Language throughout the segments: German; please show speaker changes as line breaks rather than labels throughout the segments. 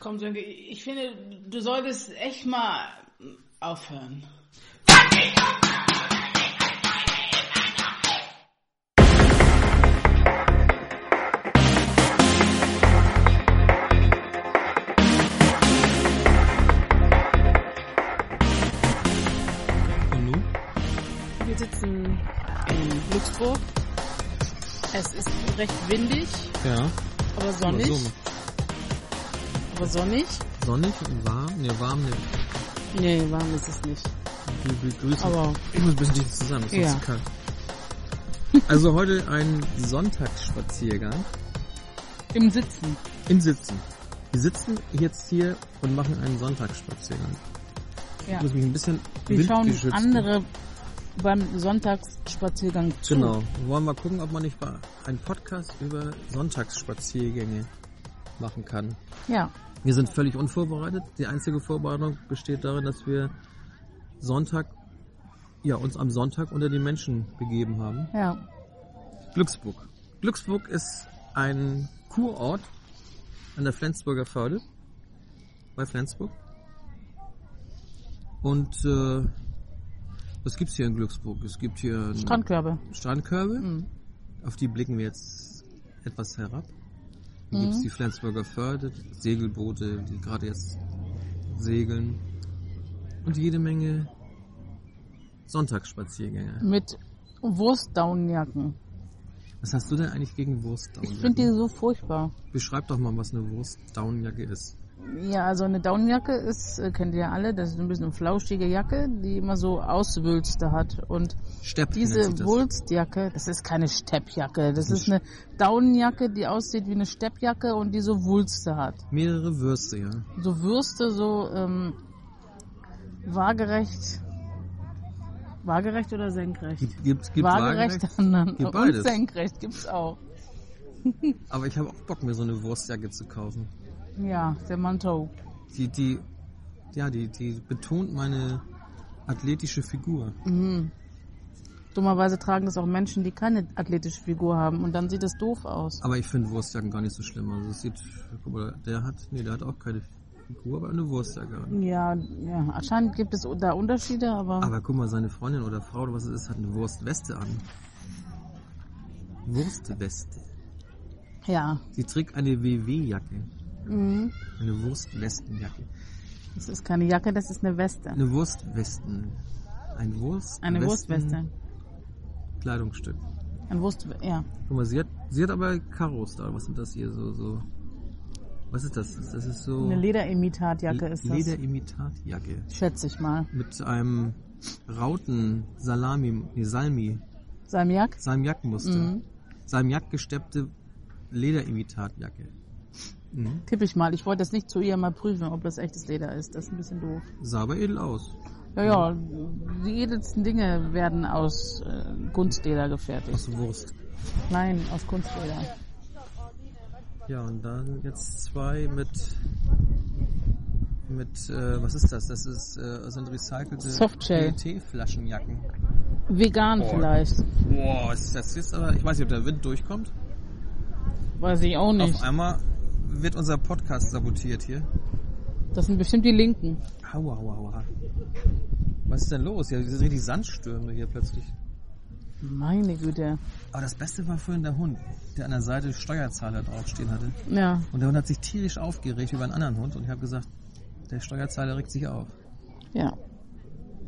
Komm, Sönke, ich finde, du solltest echt mal aufhören.
Und nun?
Wir sitzen in Luxemburg. Es ist recht windig,
Ja.
aber sonnig.
Sommer.
Aber sonnig?
Sonnig und warm. Ne, warm, ne.
Nee, warm ist es nicht.
Wir begrüßen.
Aber
Ich muss ein bisschen dicht zusammen, ist
Ja.
ja. zu kalt. Also heute ein Sonntagsspaziergang
im Sitzen.
im Sitzen. Wir sitzen jetzt hier und machen einen Sonntagsspaziergang.
Ja.
Ich muss mich ein bisschen
Wir schauen
windgeschützt-
andere beim Sonntagsspaziergang zu.
Genau. Wir wollen mal gucken, ob man nicht mal einen Podcast über Sonntagsspaziergänge machen kann.
Ja.
Wir sind völlig unvorbereitet. Die einzige Vorbereitung besteht darin, dass wir Sonntag, ja, uns am Sonntag unter die Menschen begeben haben.
Ja.
Glücksburg. Glücksburg ist ein Kurort an der Flensburger Förde. Bei Flensburg. Und äh, was gibt's hier in Glücksburg? Es gibt hier einen
Strandkörbe.
Strandkörbe.
Mhm.
Auf die blicken wir jetzt etwas herab. Dann gibt's
Mhm.
die Flensburger Förde, Segelboote, die gerade jetzt segeln. Und jede Menge Sonntagsspaziergänge.
Mit Wurstdaunenjacken.
Was hast du denn eigentlich gegen Wurstdaunenjacke?
Ich finde die so furchtbar.
Beschreib doch mal, was eine Wurstdaunenjacke ist.
Ja, also eine Daunenjacke ist, äh, kennt ihr ja alle, das ist ein bisschen eine flauschige Jacke, die immer so Auswülste hat. Und
Stepp nennt sich
diese
das.
Wulstjacke, das ist keine Steppjacke, das ist eine Daunenjacke, die aussieht wie eine Steppjacke und die so Wulste hat.
Mehrere Würste, ja.
So Würste, so ähm, waagerecht, waagerecht oder senkrecht?
Gibt, gibt, gibt
waagerecht,
waagerecht,
dann
gibt
und
beides.
senkrecht gibt's auch.
Aber ich habe auch Bock, mir so eine Wurstjacke zu kaufen.
Ja, der Manteau.
Die, die, ja, die, die betont meine athletische Figur.
Mhm. Dummerweise tragen das auch Menschen, die keine athletische Figur haben und dann sieht es doof aus.
Aber ich finde Wurstjacken gar nicht so schlimm. Also es sieht, guck mal, der hat, nee, der hat auch keine Figur, aber eine Wurstjacke. an.
Ja, ja, anscheinend gibt es da Unterschiede, aber,
Aber guck mal, seine Freundin oder Frau oder was es ist, hat eine Wurstweste an. Wurstweste.
ja,
Sie trägt eine WW-Jacke.
mhm.
Eine Wurstwestenjacke.
das ist keine Jacke, das ist eine Weste.
Eine Wurstwesten. Ein Wurst.
Eine Wurstweste.
Kleidungsstück.
Ein Wurst, ja.
Guck mal, sie hat, sie hat aber Karos da. Was sind das hier so, so? Was ist das? Das ist so.
Eine Lederimitatjacke ist das.
Lederimitatjacke.
Schätze ich mal.
mit einem Rauten Salami, nee, Salmi,
Salmiak?
Salmiak-Muster.
Mhm.
Salmiak gesteppte Lederimitatjacke. Mhm.
Tipp ich mal. Ich wollte das nicht zu ihr mal prüfen, ob das echtes Leder ist. Das ist ein bisschen doof.
Sah aber edel aus.
Ja, ja, die edelsten Dinge werden aus äh, Kunstleder gefertigt.
Aus Wurst.
Nein, aus Kunstleder.
Ja, und dann jetzt zwei mit mit, äh, was ist das? Das ist, äh, sind recycelte
Softshell.
PET-Flaschenjacken.
Vegan
Oh.
vielleicht.
Boah, ist das jetzt aber, ich weiß nicht, ob der Wind durchkommt.
Weiß ich auch nicht.
Auf einmal wird unser Podcast sabotiert hier.
Das sind bestimmt die Linken.
Aua, aua, aua. Was ist denn los? Ja, diese richtig Sandstürme hier plötzlich.
Meine Güte.
Aber das Beste war vorhin der Hund, der an der Seite Steuerzahler draufstehen hatte.
Ja,
Und der Hund hat sich tierisch aufgeregt über einen anderen Hund. Und ich habe gesagt, der Steuerzahler regt sich auf.
ja.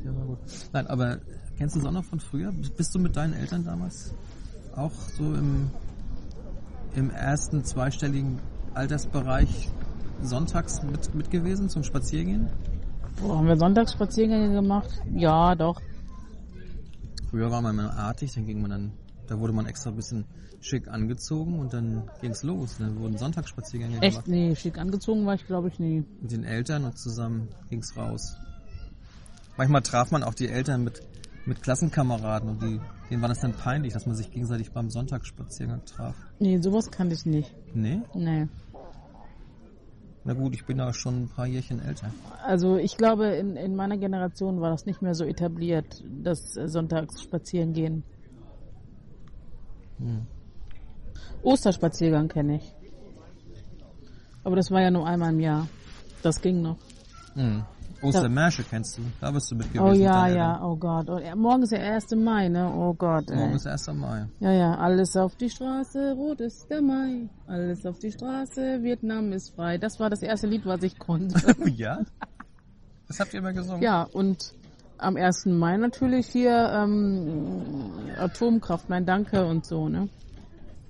Der war gut. Nein, aber kennst du es auch noch von früher? Bist du mit deinen Eltern damals auch so im, im ersten zweistelligen Altersbereich sonntags mit, mit gewesen zum Spaziergehen?
Boah, haben wir Sonntagsspaziergänge gemacht? Ja, doch.
Früher war man immer artig, dann ging man dann, da wurde man extra ein bisschen schick angezogen und dann ging's los. Dann wurden Sonntagsspaziergänge
Echt?
gemacht
Nee, schick angezogen war ich, glaube ich, nie.
mit den Eltern und zusammen ging's raus. Manchmal traf man auch die Eltern mit, mit Klassenkameraden und die, denen war das dann peinlich, dass man sich gegenseitig beim Sonntagsspaziergang traf.
Nee, sowas kannte ich nicht.
Nee?
Nee.
Na gut, ich bin da schon ein paar Jährchen älter.
Also ich glaube, in, in meiner Generation war das nicht mehr so etabliert, das äh, Sonntagsspazierengehen.
Hm.
Osterspaziergang kenne ich. Aber das war ja nur einmal im Jahr. das ging noch.
Mhm. Ostermärsche kennst du. Da bist du mit gewesen.
Oh
mit
ja,
deinen Eltern.
ja, oh Gott. Oh, ja, morgen ist der 1. Mai, ne? Oh Gott, ey.
Morgen ist 1. Mai.
Ja, ja, alles auf die Straße, rot ist der Mai. Alles auf die Straße, Vietnam ist frei. Das war das erste Lied, was ich konnte.
ja? Das habt ihr immer gesungen?
ja, und am 1. Mai natürlich hier ähm, Atomkraft, nein, danke und so, ne?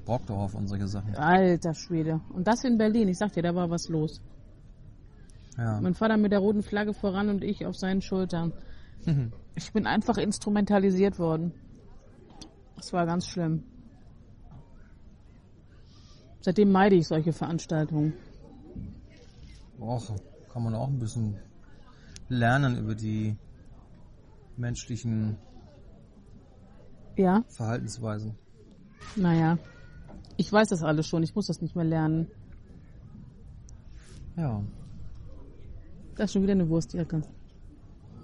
Brockdorf, unsere Sachen.
Alter Schwede. Und das in Berlin, ich sag dir, da war was los.
Ja.
Mein Vater mit der roten Flagge voran und ich auf seinen Schultern. Ich bin einfach instrumentalisiert worden. Das war ganz schlimm. Seitdem meide ich solche Veranstaltungen.
Och, kann man auch ein bisschen lernen über die menschlichen
Ja,
Verhaltensweisen.
naja. Ich weiß das alles schon, ich muss das nicht mehr lernen.
Ja.
Das ist schon wieder eine Wurstjacke.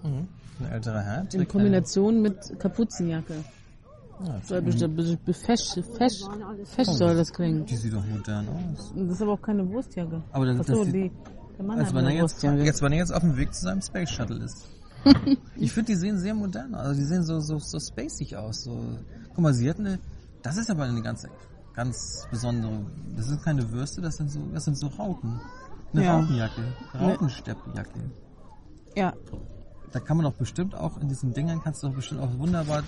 Mhm. Ein älterer Herr.
In
trägt
Kombination mit Kapuzenjacke.
eine- Ja,
Soll bestimmt fesch, fesch, fesch soll das klingen.
die sieht doch modern aus.
Das ist aber auch keine Wurstjacke.
Aber das-
Ach so,
das sieht-
die, der Mann
Also
hat
wenn er
eine
jetzt,
Wurstjacke.
jetzt, wenn er jetzt auf dem Weg zu seinem Space Shuttle ist. ich finde, die sehen sehr modern aus. Also die sehen so, so, so spacig aus. So. Guck mal, sie hat eine. Das ist aber eine ganz, ganz besondere. Das sind keine Würste, das sind so, das sind so Rauten. Eine
Ja. Ne.
Rautenjacke. Rautensteppjacke.
Ja,
Da kann man doch bestimmt auch in diesen Dingern kannst du doch bestimmt auch wunderbar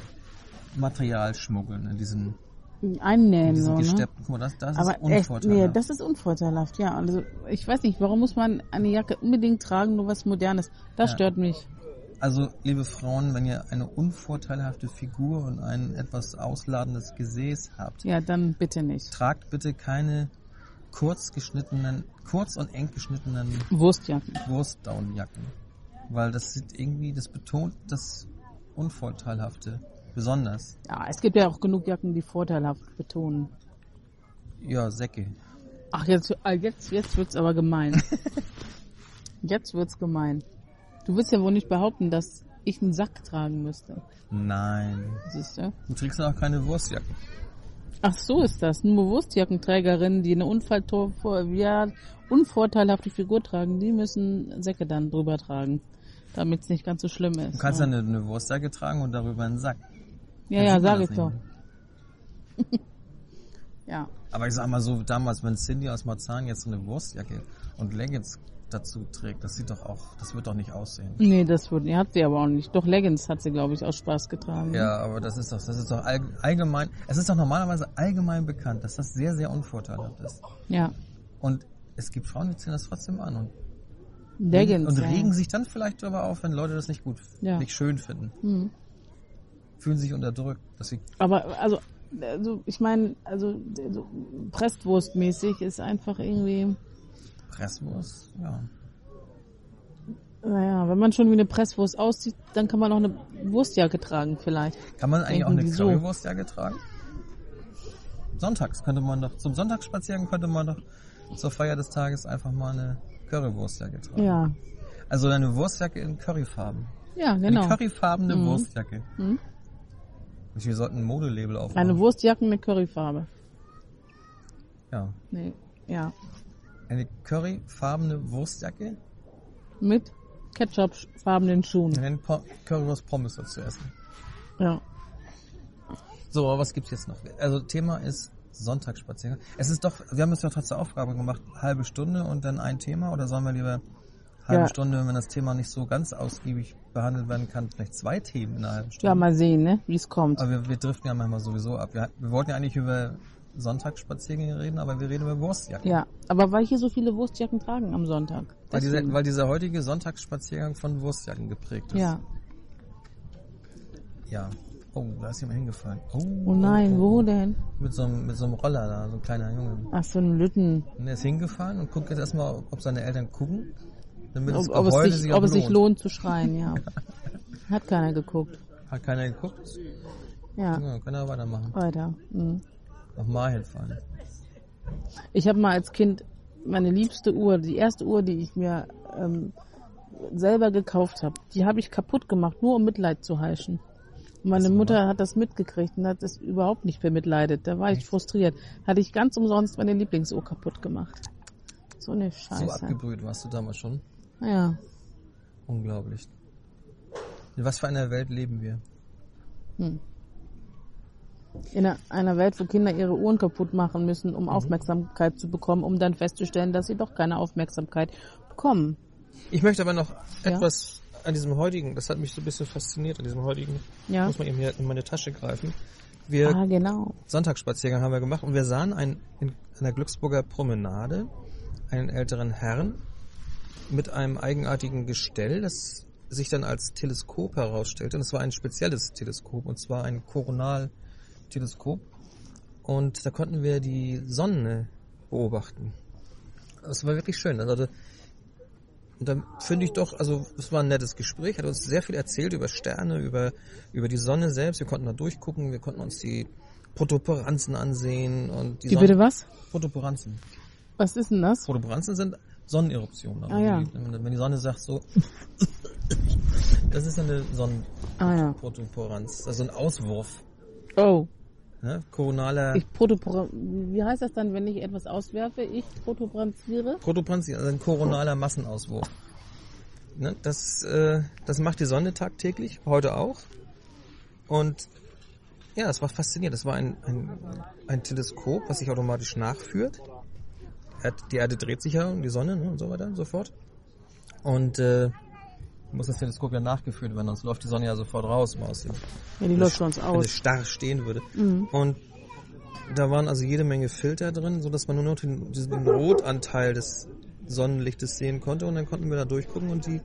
Material schmuggeln in diesen, in
einnähen
diesen
so, ne?
Gesteppten. Guck mal, das, das ist
Aber echt, nee,
unvorteilhaft.
das ist unvorteilhaft, ja. Also ich weiß nicht, warum muss man eine Jacke unbedingt tragen, nur was Modernes? Das
Ja.
stört mich.
also, liebe Frauen, wenn ihr eine unvorteilhafte Figur und ein etwas ausladendes Gesäß habt,
Ja, dann bitte nicht.
tragt bitte keine kurz geschnittenen, kurz und eng geschnittenen
Wurstjacken.
Wurstdownjacken. Weil das sieht irgendwie, das betont das Unvorteilhafte besonders.
Ja, es gibt ja auch genug Jacken, die vorteilhaft betonen.
Ja, Säcke.
Ach, jetzt, ah, jetzt, jetzt wird's aber gemein. jetzt wird's gemein. Du willst ja wohl nicht behaupten, dass ich einen Sack tragen müsste.
Nein.
Siehst du?
Du trägst auch keine Wurstjacke.
Ach so ist das. Nur Wurstjackenträgerinnen, die eine Unfalltor vor- ja, unvorteilhafte Figur tragen, die müssen Säcke dann drüber tragen, damit es nicht ganz so schlimm ist.
Du kannst ja
ne?
eine, eine Wurstjacke tragen und darüber einen Sack.
ja,
Dann
ja,
sieht man
sag
das
ich doch.
nicht mehr.
Ja.
Aber ich sag mal so, damals, wenn Cindy aus Marzahn jetzt eine Wurstjacke und Leggings dazu trägt, das sieht doch auch, das wird doch nicht aussehen.
Nee, das wird, die hat sie aber auch nicht. Doch Leggings hat sie, glaube ich, aus Spaß getragen. ne?
Ja, aber das ist doch, das ist doch all- allgemein, es ist doch normalerweise allgemein bekannt, dass das sehr, sehr unvorteilhaft ist.
Ja.
Und es gibt Frauen, die ziehen das trotzdem an und,
Leggings.
und
ja.
regen sich dann vielleicht darüber auf, wenn Leute das nicht gut,
Ja.
nicht schön finden.
Mhm.
Fühlen sich unterdrückt. Dass sie,
Aber also, also ich meine, also so Presswurstmäßig ist einfach irgendwie,
Presswurst, ja.
naja, wenn man schon wie eine Presswurst aussieht, dann kann man auch eine Wurstjacke tragen vielleicht.
Kann man eigentlich auch eine
Denken die so.
Currywurstjacke tragen? Sonntags könnte man doch, zum Sonntagsspaziergang könnte man doch zur Feier des Tages einfach mal eine Currywurstjacke tragen.
Ja,
Also eine Wurstjacke in Curryfarben.
ja, genau.
Eine curryfarbene
Mhm.
Wurstjacke.
Mhm.
Und wir sollten ein Modelabel aufmachen.
Eine Wurstjacke mit Curryfarbe.
Ja.
Nee, ja.
Eine curryfarbene Wurstjacke
Mit Ketchup-farbenen
und
Schuhen.
dann po Currywurst Pommes dazu essen.
Ja.
So, aber was gibt's jetzt noch? Also Thema ist Sonntagsspaziergang. Es ist doch, wir haben uns doch trotzdem Aufgabe gemacht, halbe Stunde und dann ein Thema oder sollen wir lieber halbe
Ja.
Stunde, wenn das Thema nicht so ganz ausgiebig behandelt werden kann, vielleicht zwei Themen in einer halben Stunde.
Ja, mal sehen, ne, wie es kommt.
Aber wir, wir driften ja manchmal sowieso ab. Wir, wir wollten ja eigentlich über Sonntagsspaziergänge reden, aber wir reden über Wurstjacken.
Ja, aber weil hier so viele Wurstjacken tragen am Sonntag.
Weil,
Deswegen.
dieser, weil dieser heutige Sonntagsspaziergang von Wurstjacken geprägt ist.
ja.
ja. Oh, da ist jemand hingefallen. Oh,
Oh nein, wo denn?
Mit so, einem, mit so einem Roller da, so ein kleiner Junge.
Ach, so ein Lütten.
Und er ist hingefahren und guckt jetzt erstmal, ob seine Eltern gucken, damit
Ob,
das
ob,
Geheule
es sich,
auch
ob es sich lohnt zu schreien, ja. Hat keiner geguckt.
Hat keiner geguckt?
Ja,
Ja, kann er weitermachen.
weiter. Mhm.
Nochmal hinfahren.
Ich habe mal als Kind meine liebste Uhr, die erste Uhr, die ich mir ähm, selber gekauft habe, die habe ich kaputt gemacht, nur um Mitleid zu heischen. Und meine
Hast du
Mutter hat das mitgekriegt und hat es überhaupt nicht bemitleidet. Da war ich frustriert. Hatte ich ganz umsonst meine Lieblingsuhr kaputt gemacht. So eine
So
Scheiße.
abgebrüht warst du damals schon.
ja.
Unglaublich. In was für einer Welt leben wir?
In einer- einer Welt, wo Kinder ihre Uhren kaputt machen müssen,
Mhm.
um Aufmerksamkeit zu bekommen, um dann festzustellen, dass sie doch keine Aufmerksamkeit bekommen.
Ich möchte aber noch
Ja?
etwas an diesem heutigen, das hat mich so ein bisschen fasziniert, an diesem heutigen,
Ja.
muss man eben hier in meine Tasche greifen. Wir
Ah, genau.
Sonntagsspaziergang haben wir gemacht und wir sahen einen, in einer Glücksburger Promenade einen älteren Herrn mit einem eigenartigen Gestell, das sich dann als Teleskop herausstellte. Und es war ein spezielles Teleskop, und zwar ein Koronalteleskop. Und da konnten wir die Sonne beobachten. Das war wirklich schön. Also, da- und dann finde ich doch, also es war ein nettes Gespräch, hat uns sehr viel erzählt über Sterne, über, über die Sonne selbst. Wir konnten da durchgucken, wir konnten uns die Protuberanzen ansehen und die,
Die
Sonne-
bitte was?
Protuberanzen.
Was ist denn das?
Protuberanzen sind Sonneneruptionen. Also
Ah, ja.
die, wenn, wenn die Sonne sagt so, das ist
Ah
eine
ja.
Sonnenprotuberanz, also ein Auswurf.
Oh.
Ne? Koronaler
Ich protopro Wie heißt das dann, wenn ich etwas auswerfe? Ich protobranziere?
Protuberanz, also ein koronaler Massenauswurf. Ne? Das, äh, das macht die Sonne tagtäglich, heute auch. Und ja, das war faszinierend. Das war ein, ein, ein Teleskop, was sich automatisch nachführt. Erd- Die Erde dreht sich ja um die Sonne ne, und so weiter und so fort. Und äh, muss das Teleskop ja nachgeführt werden, sonst läuft die Sonne ja sofort raus mal aus dem
Ja, die
wenn
läuft
es-
schon uns
Wenn es
aus.
starr stehen würde.
Mhm.
Und da waren also jede Menge Filter drin, sodass man nur noch den, diesen Rotanteil des Sonnenlichtes sehen konnte. Und dann konnten wir da durchgucken und die,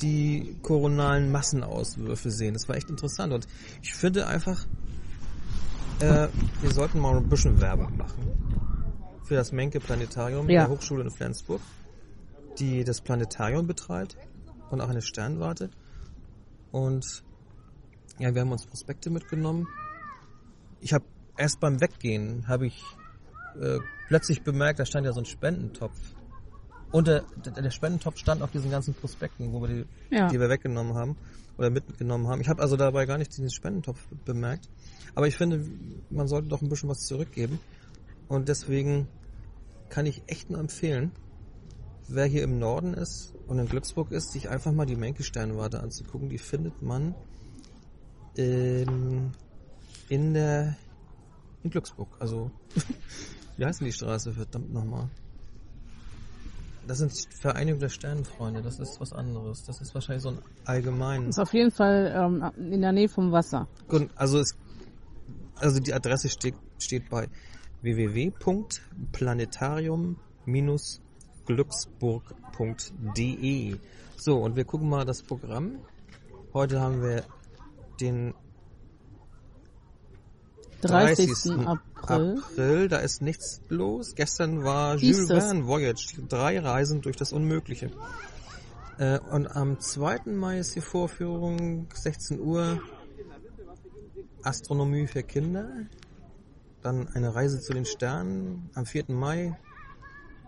die koronalen Massenauswürfe sehen. Das war echt interessant. Und ich finde einfach, äh, wir sollten mal ein bisschen Werbung machen. Für das Menke Planetarium
Ja.
der Hochschule in Flensburg, die das Planetarium betreibt und auch eine Sternwarte. Und ja, wir haben uns Prospekte mitgenommen. Ich habe erst beim Weggehen habe ich äh, plötzlich bemerkt, da stand ja so ein Spendentopf. Und der, der der Spendentopf stand auf diesen ganzen Prospekten, wo wir die,
Ja.
die wir weggenommen haben oder mitgenommen haben. Ich habe also dabei gar nicht diesen Spendentopf bemerkt. Aber ich finde, man sollte doch ein bisschen was zurückgeben. Und deswegen kann ich echt nur empfehlen, wer hier im Norden ist und in Glücksburg ist, sich einfach mal die Menke-Sternwarte anzugucken. Die findet man ähm, in der in Glücksburg. Also wie heißt denn die Straße? Verdammt nochmal. Das sind Vereinigung der Sternenfreunde. Das ist was anderes. Das ist wahrscheinlich so ein allgemeines.
Ist auf jeden Fall ähm, in der Nähe vom Wasser.
Gut, also es, also die Adresse steht, steht bei www.planetarium-glücksburg.de. So, und wir gucken mal das Programm. Heute haben wir den
30. April.
April, Da ist nichts los. Gestern war Jules
Hieß es.
Verne Voyage. Drei Reisen durch das Unmögliche. Äh, und am 2. Mai ist die Vorführung 16 Uhr Astronomie für Kinder. Dann eine Reise zu den Sternen. Am 4. Mai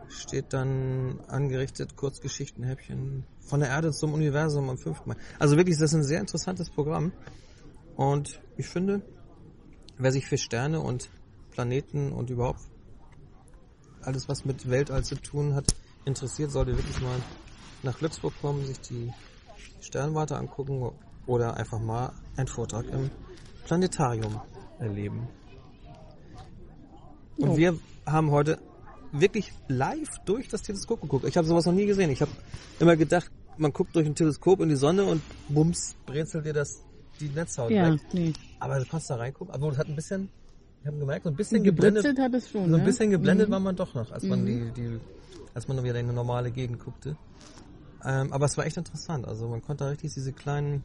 steht dann angerichtet Kurzgeschichtenhäppchen von der Erde zum Universum am 5. Mai. Also wirklich, das ist ein sehr interessantes Programm. Und ich finde, wer sich für Sterne und Planeten und überhaupt alles, was mit Weltall zu tun hat, interessiert, sollte wirklich mal nach Glücksburg kommen, sich die Sternwarte angucken oder einfach mal einen Vortrag im Planetarium erleben. Und
Jo.
wir haben heute wirklich live durch das Teleskop geguckt. Ich habe sowas noch nie gesehen. Ich habe immer gedacht, man guckt durch ein Teleskop in die Sonne und bums, brezelt dir das die Netzhaut
Ja,
weg.
nee.
Aber du konntest da reingucken. Aber es hat ein bisschen, ich habe gemerkt, so ein bisschen geblendet,
Gebritzelt hat es schon.
so ein
ne?
bisschen geblendet
Mhm.
war man doch noch, als man die,
Mhm.
die, als man wieder in eine normale Gegend guckte. Ähm, aber es war echt interessant. Also man konnte da richtig diese kleinen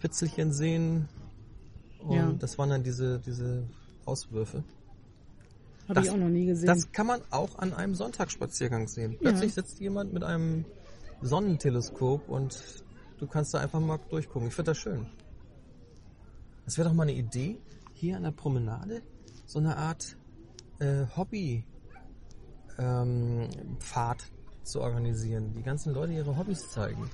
Witzelchen sehen. Und
Ja.
das waren dann diese, diese Auswürfe.
Habe
das-
ich auch noch nie gesehen.
Das kann man auch an einem Sonntagsspaziergang sehen. Plötzlich sitzt jemand mit einem Sonnenteleskop und du kannst da einfach mal durchgucken. Ich finde das schön. Das wäre doch mal eine Idee, hier an der Promenade so eine Art äh, Hobby-Pfad zu organisieren. Die ganzen Leute ihre Hobbys zeigen.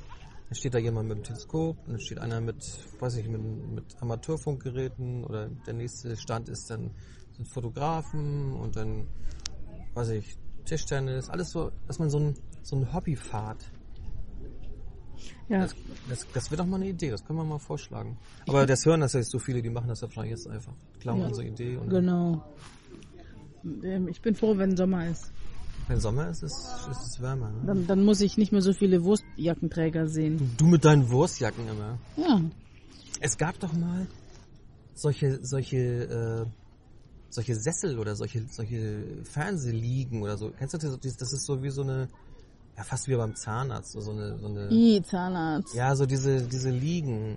Dann steht da jemand mit dem Teleskop, und dann steht einer mit, weiß ich, mit, mit Amateurfunkgeräten oder der nächste Stand ist dann sind Fotografen und dann, weiß ich, Tischtennis, alles so, dass man so ein, so ein Hobby fahrt.
Ja,
Das, das wird doch mal eine Idee, das können wir mal vorschlagen. Aber das hören das jetzt so viele, die machen das ja wahrscheinlich jetzt einfach. Klauen
Ja.
unsere Idee und
genau. Ähm, Ich bin froh, wenn Sommer ist.
wenn Sommer ist, ist, ist es wärmer. Ne?
Dann, dann muss ich nicht mehr so viele Wurstjackenträger sehen.
Du mit deinen Wurstjacken immer.
Ja,
Es gab doch mal solche, solche, äh, solche Sessel oder solche, solche Fernsehliegen oder so. Kennst du das? Dieses- Das ist so wie so eine, ja, fast wie beim Zahnarzt, so, so eine, so eine,
I, Zahnarzt.
ja, so diese, diese Liegen,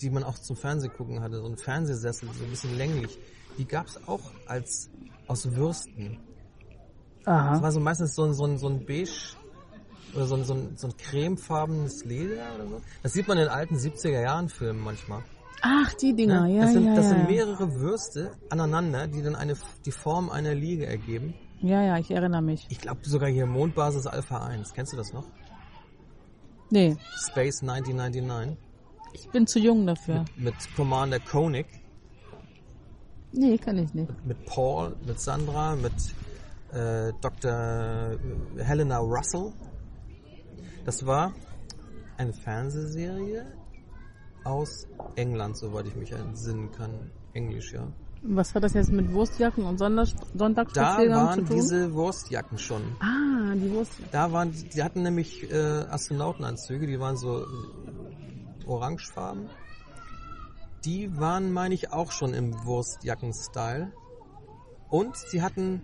die man auch zum Fernsehgucken hatte, so ein Fernsehsessel, so ein bisschen länglich. Die gab's auch als, aus Würsten. Das
Aha.
war so meistens so ein, so ein, so ein beige oder so ein, so ein, so ein cremefarbenes Leder oder so. Das sieht man in alten 70er Jahren Filmen manchmal.
Ach, die Dinger,
Ne?
Genau, ja,
das sind,
ja,
das
ja.
sind mehrere Würste aneinander, die dann eine, die Form einer Liege ergeben.
ja, ja, ich erinnere mich.
Ich glaube sogar hier Mondbasis Alpha 1. Kennst du das noch?
Nee,
Space 1999
ich bin zu jung dafür.
mit Commander Koenig,
Nee, kann ich nicht.
mit Paul, mit Sandra, mit äh, Dr. Helena Russell. Das war eine Fernsehserie aus England, soweit ich mich entsinnen kann. Englisch, ja.
Was hat das jetzt mit Wurstjacken und Sonders
Da
Sonntagsspaziergang zu
waren
tun?
diese Wurstjacken schon.
ah, die Wurstjacken.
Da waren, die die hatten nämlich äh, Astronautenanzüge, die waren so äh, orangefarben. Die waren, meine ich, auch schon im Wurstjacken-Style. Und sie hatten,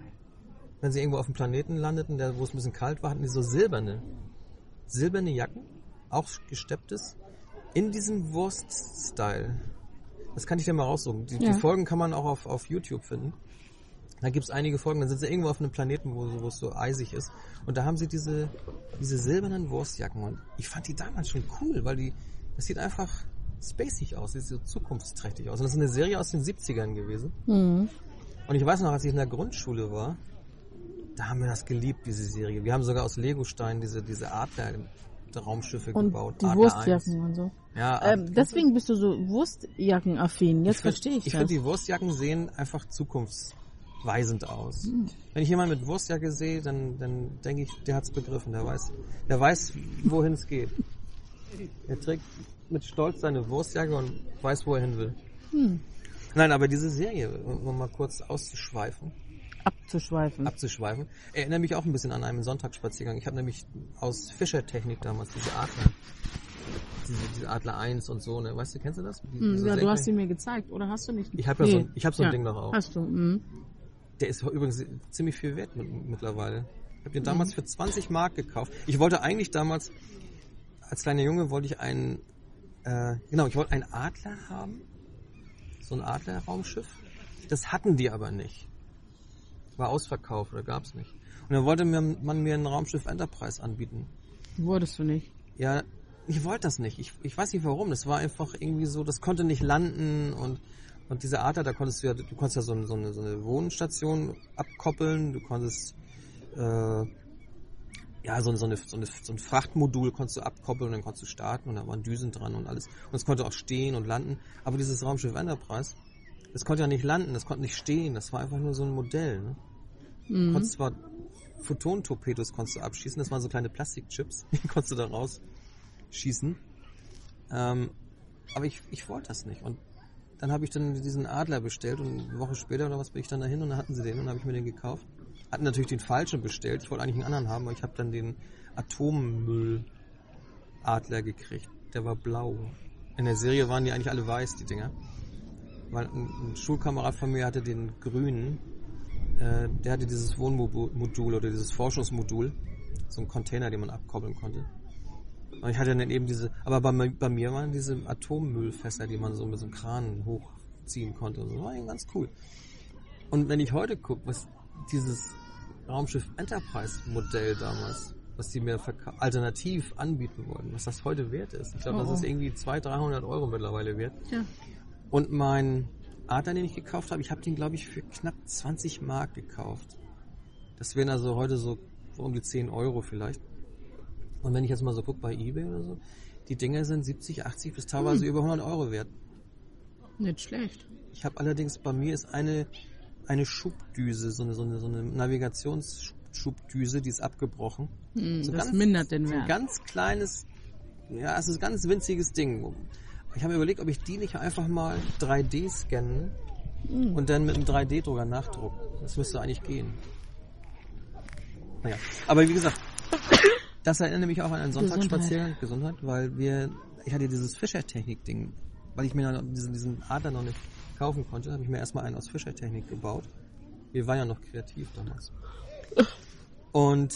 wenn sie irgendwo auf dem Planeten landeten, der, wo es ein bisschen kalt war, hatten die so silberne, silberne Jacken, auch gestepptes, in diesem Wurst-Style. Das kann ich dir mal raussuchen. Die,
Ja.
die Folgen kann man auch auf, auf YouTube finden. Da gibt's einige Folgen, dann sind sie irgendwo auf einem Planeten, wo, so- wo es so eisig ist. Und da haben sie diese, diese silbernen Wurstjacken. Und ich fand die damals schon cool, weil die, das sieht einfach spacig aus, sieht so zukunftsträchtig aus. Und das ist eine Serie aus den 70ern gewesen.
Mhm.
Und ich weiß noch, als ich in der Grundschule war, da haben wir das geliebt, diese Serie. Wir haben sogar aus Legostein diese, diese Adler-Raumschiffe
Und
gebaut.
die
Adler
Wurstjacken und so.
1. Ja, Adler-
Ähm, deswegen bist du so Wurstjackenaffin. Jetzt
find-
verstehe ich,
Ah, Ich
das.
finde, die Wurstjacken sehen einfach zukunftsweisend aus. Wenn ich jemanden mit Wurstjacke sehe, dann, dann denke ich, der hat's begriffen, der weiß, der weiß, wohin es geht. Er trägt mit Stolz seine Wurstjacke und weiß, wo er hin will.
Hm.
Nein, aber diese Serie, um um mal kurz auszuschweifen,
Abzuschweifen.
abzuschweifen, erinnert mich auch ein bisschen an einen Sonntagsspaziergang. Ich habe nämlich aus Fischertechnik damals diese Adler, diese, diese Adler 1 und so, ne? Weißt du, kennst du das? Die-
Hm,
diese
ja, du hast
senkrechten-
sie mir gezeigt, oder hast du nicht?
Ich hab ja so ein- ich hab so ein Ding noch auch.
Hast du, mhm.
Der ist übrigens ziemlich viel wert mit, mittlerweile. Ich
Mhm.
habe den damals für 20 Mark gekauft. Ich wollte eigentlich damals, als kleiner Junge, wollte ich einen, äh, genau, ich wollte einen Adler haben. So ein Adlerraumschiff. Das hatten die aber nicht. War ausverkauft oder gab's nicht. Und dann wollte mir, man mir ein Raumschiff Enterprise anbieten.
Wurdest du nicht.
Ja, ich wollte das nicht. Ich, ich weiß nicht warum. Das war einfach irgendwie so, das konnte nicht landen und, und diese Art, da konntest du ja, du konntest ja so, eine- so, eine, so eine Wohnstation abkoppeln, du konntest äh, ja, so, so, eine, so, eine, so ein Frachtmodul konntest du abkoppeln und dann konntest du starten und da waren Düsen dran und alles. Und es konnte auch stehen und landen. Aber dieses Raumschiff Enterprise, das konnte ja nicht landen, das konnte nicht stehen, das war einfach nur so ein Modell. Ne?
Hm. Mhm.
Du konntest zwar Photon-Torpedos konntest du abschießen, das waren so kleine Plastikchips, die konntest du da rausschießen. Ähm, aber ich, ich wollte das nicht. Und dann habe ich dann diesen Adler bestellt und eine Woche später oder was bin ich dann dahin und dann hatten sie den und dann habe ich mir den gekauft. Hatten natürlich den falschen bestellt. Ich wollte eigentlich einen anderen haben, aber ich habe dann den Atommüll-Adler gekriegt. Der war blau. In der Serie waren die eigentlich alle weiß, die Dinger. Weil ein, ein Schulkamerad von mir hatte den grünen äh, der hatte dieses Wohnmodul oder dieses Forschungsmodul, so einen Container, den man abkoppeln konnte. Und ich hatte dann eben diese, aber bei, mir- bei mir waren diese Atommüllfässer, die man so mit so einem Kran hochziehen konnte. Und so. Das war eben ganz cool. Und wenn ich heute gucke, was dieses Raumschiff Enterprise-Modell damals, was die mir verka- alternativ anbieten wollten, was das heute wert ist. Ich glaube,
Oh,
das ist
oh.
irgendwie 200, 300 Euro mittlerweile wert.
Ja.
Und mein Adler, den ich gekauft habe, ich habe den, glaube ich, für knapp 20 Mark gekauft. Das wären also heute so um die 10 Euro vielleicht. Und wenn ich jetzt mal so gucke bei Ebay oder so, die Dinger sind 70, 80 bis teilweise über 100 Euro wert.
Nicht schlecht.
Ich habe allerdings, bei mir ist eine, eine Schubdüse, so eine, so eine, so eine Navigationsschubdüse Luftschubdüse, die ist abgebrochen.
Hm,
So
das
ganz-
mindert den
So ein
Wert.
ganz kleines, ja, es ist ein ganz winziges Ding. Ich habe überlegt, ob ich die nicht einfach mal 3D scannen und dann mit einem 3D-Drucker nachdrucken. Das müsste eigentlich gehen. Naja, aber wie gesagt, das erinnert mich auch an einen Sonntagsspaziergang, Gesundheit, weil wir, ich hatte dieses Fischertechnik-Ding, weil ich mir noch diesen, diesen Adler noch nicht kaufen konnte, habe ich mir erstmal einen aus Fischertechnik gebaut. Wir waren ja noch kreativ damals. Und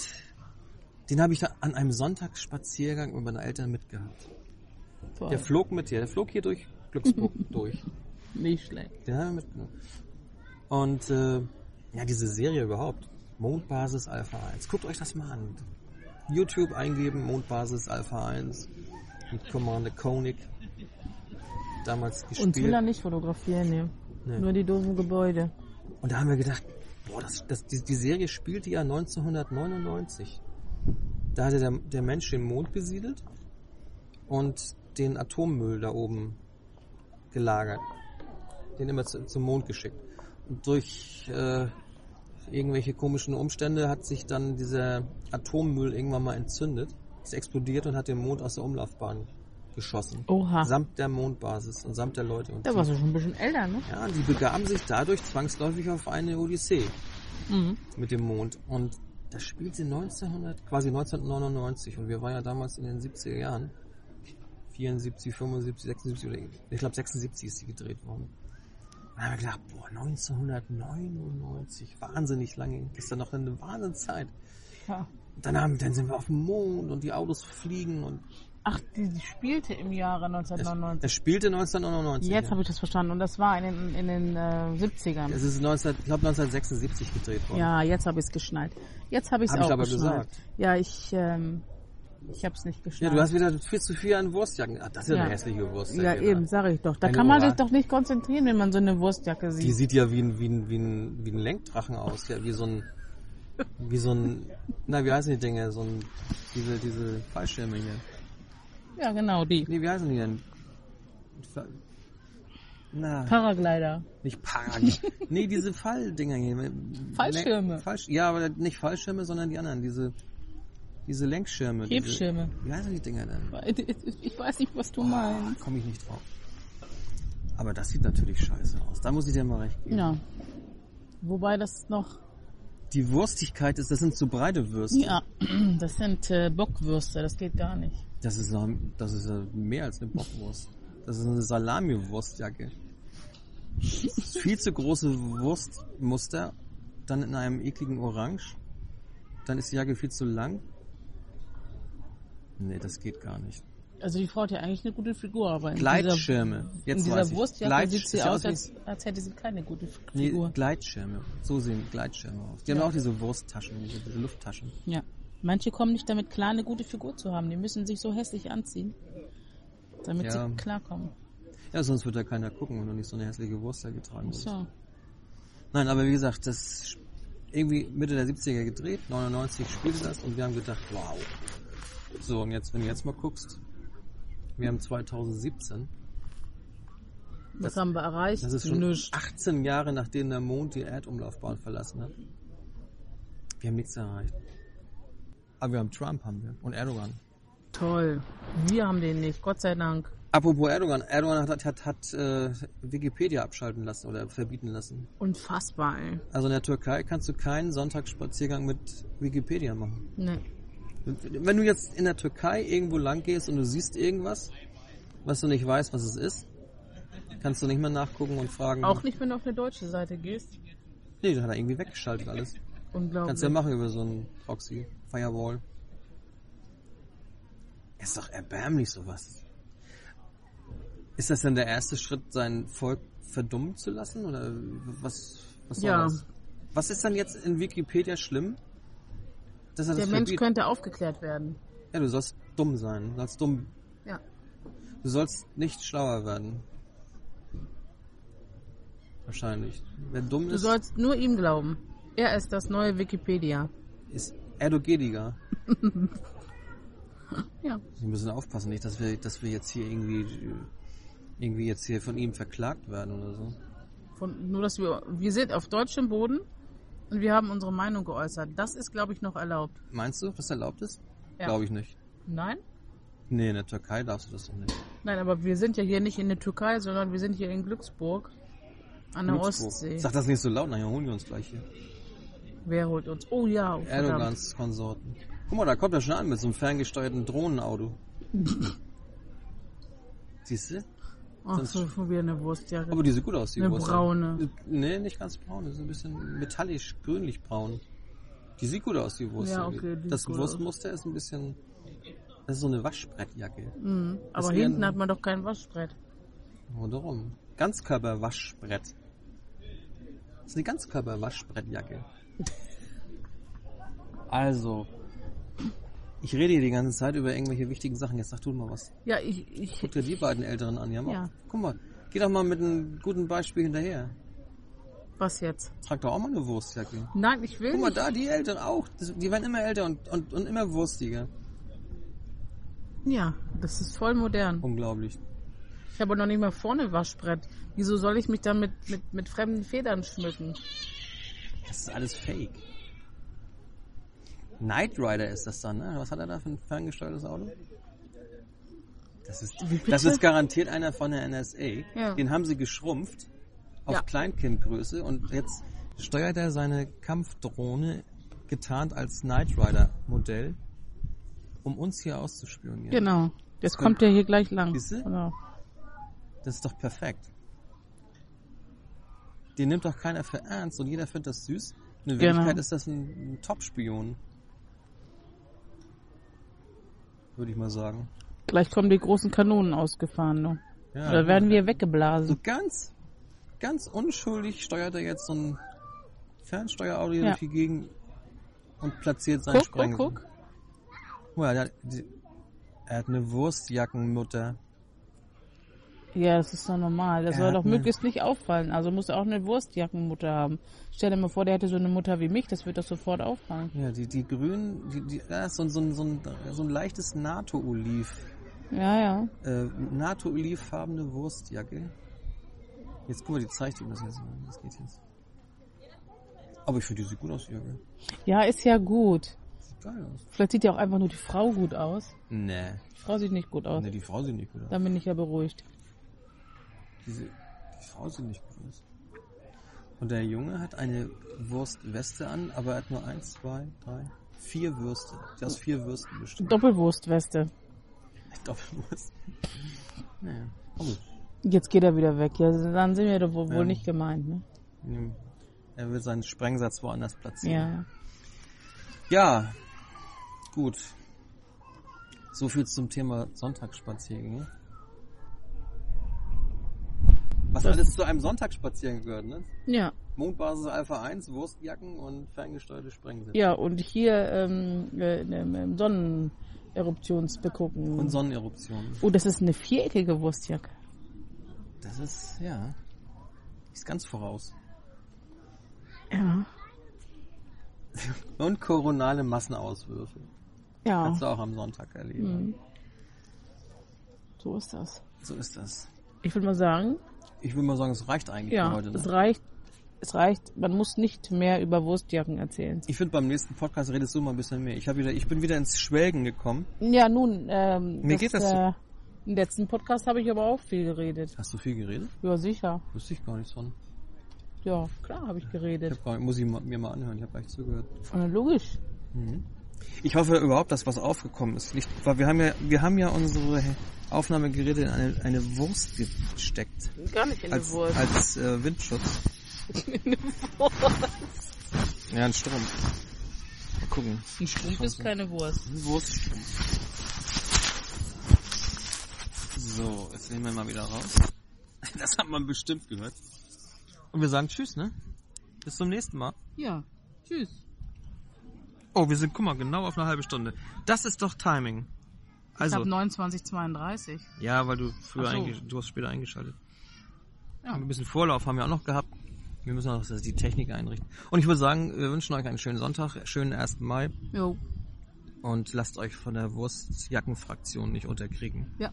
den habe ich da an einem Sonntagsspaziergang mit meinen Eltern mitgehabt.
Voll.
Der flog mit hier, der flog hier durch Glücksburg durch.
Nicht schlecht.
Den haben wir mitgenommen. Und äh, ja, diese Serie überhaupt. Mondbasis Alpha 1. Guckt euch das mal an. YouTube eingeben, Mondbasis Alpha 1. Mit Commander Koenig. Damals
Uns will er
gespielt.
nicht fotografieren, ne.
Nee.
Nur die doofen Gebäude.
Und da haben wir gedacht, boah, das, das, die, die Serie spielte ja 1999. Da hatte der, der Mensch den Mond besiedelt und den Atommüll da oben gelagert. Den immer zu, zum Mond geschickt. Und durch äh, irgendwelche komischen Umstände hat sich dann dieser Atommüll irgendwann mal entzündet. Ist explodiert und hat den Mond aus der Umlaufbahn geschossen.
Oha.
Samt der Mondbasis und samt der Leute. Und
Da warst du schon ein bisschen älter, ne?
ja, die begaben sich dadurch zwangsläufig auf eine Odyssee
Mhm.
mit dem Mond. Und das spielte 1900, quasi 1999. Und wir waren ja damals in den 70er Jahren. 74, 75, 76 oder ich glaube 76 ist die gedreht worden. Und da haben wir gedacht, boah, 1999, wahnsinnig lange. Das ist dann noch eine Wahnsinnszeit.
Ja.
Dann, haben, dann sind wir auf dem Mond und die Autos fliegen und
Ach, die, die spielte im Jahre
es,
1999.
es spielte 1999.
Jetzt
ja.
habe ich das verstanden. Und das war in den, in den äh, 70ern.
es ist 19, ich glaube 1976 gedreht worden.
Ja, jetzt habe ich es geschnallt. Jetzt habe ich es
Hab ich
auch
aber
geschnallt.
gesagt.
Ja, ich, ähm, ich habe es nicht
Ja,
geschnallt.
du hast wieder viel zu viel an Wurstjacken. Ach, das ist ja,
Ja.
eine hässliche Wurstjacke.
ja,
da.
eben, sag ich doch. Da
Eine
kann man
Orange.
sich doch nicht konzentrieren, wenn man so eine Wurstjacke
Die
sieht.
sieht ja wie ein, wie ein, wie ein, wie ein Lenkdrachen aus. Ja, wie so ein, wie so ein, na, wie heißen die Dinge? So ein, diese, diese Fallschirme hier.
Ja, genau, die.
Nee, wie heißen die denn? Fa- Na,
Paraglider.
nicht Paragen. nee, diese Falldinger hier.
Fallschirme.
Lenk- Fallsch ja, aber nicht Fallschirme, sondern die anderen. Diese, diese Lenkschirme. diese-
Hebschirme.
Wie heißen die Dinger denn?
Ich weiß nicht, was du
Ah,
meinst.
komme ich nicht drauf. Aber das sieht natürlich scheiße aus. Da muss ich dir mal recht geben.
Ja. Wobei das noch.
Die Wurstigkeit ist, das sind zu breite Würste.
Ja, das sind äh, Bockwürste, das geht gar nicht.
Das ist, noch- das ist äh, mehr als eine Bockwurst. Das ist eine Salami-Wurstjacke. Das ist Viel zu große Wurstmuster, dann in einem ekligen Orange. Dann ist die Jacke viel zu lang. Nee, das geht gar nicht.
Also die Frau hat ja eigentlich eine gute Figur, aber in
Gleitschirme.
dieser, in
Jetzt
dieser
weiß ich.
Wurstjacke
Gleit-
sieht sie
das sieht
aus,
wie-
als, als hätte sie keine gute F-
Nee,
Figur.
Gleitschirme. So sehen Gleitschirme aus. Die
Ja.
haben auch diese Wursttaschen, diese, diese Lufttaschen.
ja. Manche kommen nicht damit klar, eine gute Figur zu haben. Die müssen sich so hässlich anziehen, damit
Ja.
sie klarkommen.
Ja, sonst wird da keiner gucken, wenn du nicht so eine hässliche Wurst da getragen hast.
So.
Nein, aber wie gesagt, das irgendwie Mitte der 70er gedreht, 99 spielte das und wir haben gedacht, wow. So, und jetzt, wenn du jetzt mal guckst, wir haben 2017,
Was haben wir erreicht?
das ist schon
Nichts.
18 Jahre, nachdem der Mond die Erdumlaufbahn verlassen hat. Wir haben nichts erreicht. Aber wir haben Trump, haben wir. Und Erdogan.
Toll. Wir haben den nicht, Gott sei Dank.
Apropos Erdogan, Erdogan hat, hat, hat äh, Wikipedia abschalten lassen oder verbieten lassen.
Unfassbar, ey.
Also in der Türkei kannst du keinen Sonntagsspaziergang mit Wikipedia machen.
Nee.
Wenn du jetzt in der Türkei irgendwo lang gehst und du siehst irgendwas, was du nicht weißt, was es ist, kannst du nicht mehr nachgucken und fragen.
Auch nicht, wenn du auf eine deutsche Seite gehst.
Nee, das hat er irgendwie weggeschaltet alles.
Unglaublich.
Kannst du ja machen über so einen Proxy, Firewall. Ist doch erbärmlich sowas. Ist das denn der erste Schritt, sein Volk verdummen zu lassen? Oder was, was soll
Ja.
das? Was ist dann jetzt in Wikipedia schlimm? Dass er
Der
das
Mensch
verbietet?
könnte aufgeklärt werden.
Ja, du sollst dumm sein. Du sollst dumm
Ja.
Du sollst nicht schlauer werden. Wahrscheinlich. Wer dumm
Du
ist,
sollst nur ihm glauben. Er ist das neue Wikipedia.
ist Erdogediger.
Ja.
Wir müssen aufpassen, nicht, dass wir, dass wir jetzt hier irgendwie, irgendwie jetzt hier von ihm verklagt werden oder so.
Von, nur, dass wir, wir sind auf deutschem Boden Und wir haben unsere Meinung geäußert. Das ist, glaube ich, noch erlaubt.
Meinst du, dass erlaubt ist?
Ja.
Glaube ich nicht.
Nein?
Nee, in der Türkei darfst du das doch nicht.
Nein, aber wir sind ja hier nicht in der Türkei, sondern wir sind hier in Glücksburg an der
Glücksburg.
Ostsee.
Sag das nicht so laut, nachher holen wir uns gleich hier.
Wer holt uns? Oh ja, oh, verdammt.
Erdogans Konsorten. Guck mal, da kommt er schon an mit so einem ferngesteuerten Drohnenauto. Siehst du?
Ach so, schon wieder eine Wurst, ja. genau.
Aber die sieht gut aus, die
Eine
Wurst.
braune.
Nee, nicht ganz braun. Die ist ein bisschen metallisch, grünlich-braun. Die sieht gut aus, die Wurst.
Ja, okay, die sieht
das
gut
Wurstmuster ist ein bisschen... Das ist so eine Waschbrettjacke.
Mhm. Aber
ist eher
hinten
ein-
hat man doch kein Waschbrett.
Rundherum. Ganzkörper-Waschbrett. Das ist eine Ganzkörper-Waschbrettjacke. Also, ich rede hier die ganze Zeit über irgendwelche wichtigen Sachen. Jetzt sag du mal was.
Ja, ich, ich,
Guck dir die beiden Älteren an. Die haben
Ja.
auch, guck mal, geh doch mal mit einem guten Beispiel hinterher.
was jetzt?
Trag doch auch mal eine Wurstjacke.
Nein, ich will
Guck mal
nicht.
da, die Älteren auch. Das, die werden immer älter und, und, und immer wurstiger.
Ja, das ist voll modern.
Unglaublich.
Ich habe noch nicht mal vorne Waschbrett. Wieso soll ich mich dann mit, mit, mit fremden Federn schmücken?
Das ist alles fake. Knight Rider ist das dann, ne? Was hat er da für ein ferngesteuertes Auto? Das ist,
bitte?
das ist garantiert einer von der NSA.
Ja.
Den haben sie geschrumpft auf
Ja.
Kleinkindgröße und jetzt steuert er seine Kampfdrohne getarnt als Knight Rider Modell, um uns hier auszuspionieren.
Genau. Jetzt
Gut.
kommt der hier gleich lang.
Siehst du?
Genau.
Das ist doch perfekt. Den nimmt doch keiner für ernst und jeder findet das süß. Und in
Genau.
Wirklichkeit ist das ein, ein Top-Spion. Würde ich mal sagen.
Gleich kommen die großen Kanonen ausgefahren. Ne?
Ja,
Oder werden wir
so
weggeblasen.
ganz, ganz unschuldig steuert er jetzt so ein Fernsteuerauto hier
Ja.
durch die Gegend und platziert seinen
Guck, guck,
Sprengsel.
guck.
Guck mal, der hat, die, er hat eine Wurstjackenmutter.
Ja, das ist doch normal. Das
Er
soll
hat
doch
eine-
möglichst nicht auffallen. Also muss er auch eine Wurstjackenmutter haben. Stell dir mal vor, der hätte so eine Mutter wie mich. Das wird doch sofort auffallen.
Ja, die, die grünen, die, die, da ist so, ein- so, ein- so, ein, so ein leichtes NATO-Oliv.
Ja, ja.
äh, NATO-olivfarbene Wurstjacke. Jetzt guck mal, die zeigt ihm das jetzt mal. Das geht jetzt. Aber ich finde, die sieht gut aus, die Jacke.
Ja, ist ja gut.
Sieht geil aus.
Vielleicht sieht ja auch einfach nur die Frau gut aus.
Nee.
Die Frau sieht nicht gut aus.
Nee, die Frau sieht nicht gut aus.
Dann bin ich ja beruhigt.
Diese, die Frau sieht nicht gut aus. Und der Junge hat eine Wurstweste an, aber er hat nur eins, zwei, drei, vier Würste. Die aus vier Würsten besteht.
Doppelwurstweste.
Doppelwurst. Nee. Oh,
Jetzt geht er wieder weg. Ja, dann sind wir doch wohl,
Ja.
wohl nicht gemeint. Ne?
nee. Er will seinen Sprengsatz woanders platzieren.
Ja.
Ja, gut. So viel zum Thema Sonntagsspaziergänge. Was alles zu einem Sonntagsspaziergang gehört, ne?
Ja.
Mondbasis Alpha 1, Wurstjacken und ferngesteuerte Sprengsel.
Ja, und hier ähm, äh, im im Sonneneruptions begucken.
Und Sonneneruptionen.
oh, das ist eine viereckige Wurstjacke.
Das ist, ja. Ist ganz voraus.
Ja.
Und koronale Massenauswürfe.
Ja, Mhm.
Kannst du auch am Sonntag erleben.
so ist das.
So ist das.
Ich würde mal sagen,
Ich würde mal sagen, es reicht eigentlich für
ja,
heute.
es
Ne?
reicht. Es reicht. Man muss nicht mehr über Wurstjacken erzählen.
Ich finde, beim nächsten Podcast redest du mal ein bisschen mehr. Ich, hab wieder, ich bin wieder ins Schwelgen gekommen.
Ja, nun, ähm,
Mir geht das so.
äh, im letzten Podcast habe ich aber auch viel geredet.
Hast du viel geredet?
Ja, sicher.
Wusste ich gar nicht von.
Ja, klar habe ich
Ich
geredet.
hab gar nicht, muss ich ma- mir mal anhören, ich habe gleich zugehört.
Äh, Logisch.
Ich hoffe überhaupt, dass was aufgekommen ist. Nicht, weil wir haben ja, wir haben ja unsere Aufnahmegeräte in eine, eine Wurst gesteckt.
Gar nicht in
Als, als äh, Windschutz. Ja, ein Strumpf. Mal gucken.
Ein Strumpf ist keine Wurst.
Ein Wurststrumpf. So, jetzt nehmen wir mal wieder raus. Das hat man bestimmt gehört. Und wir sagen Tschüss, ne? Bis zum nächsten Mal.
Ja. Tschüss.
Oh, wir sind, guck mal, genau auf eine halbe Stunde. Das ist doch Timing. Also,
29,32.
ja, weil du früher
Ach so.
eingesch- du hast später eingeschaltet.
Ja.
Ein bisschen Vorlauf haben wir auch noch gehabt. Wir müssen auch noch die Technik einrichten. Und ich würde sagen, wir wünschen euch einen schönen Sonntag, schönen 1. Mai
Jo.
und lasst euch von der Wurstjackenfraktion nicht unterkriegen.
Ja.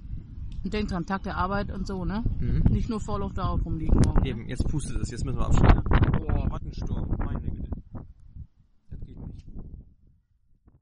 Und denkt dran, Tag der Arbeit und so, ne?
Mhm.
Nicht nur voll auf der Haut rumliegen morgen. ne?
Eben, jetzt pustet es, jetzt müssen wir abschalten. Oh, Wattensturm.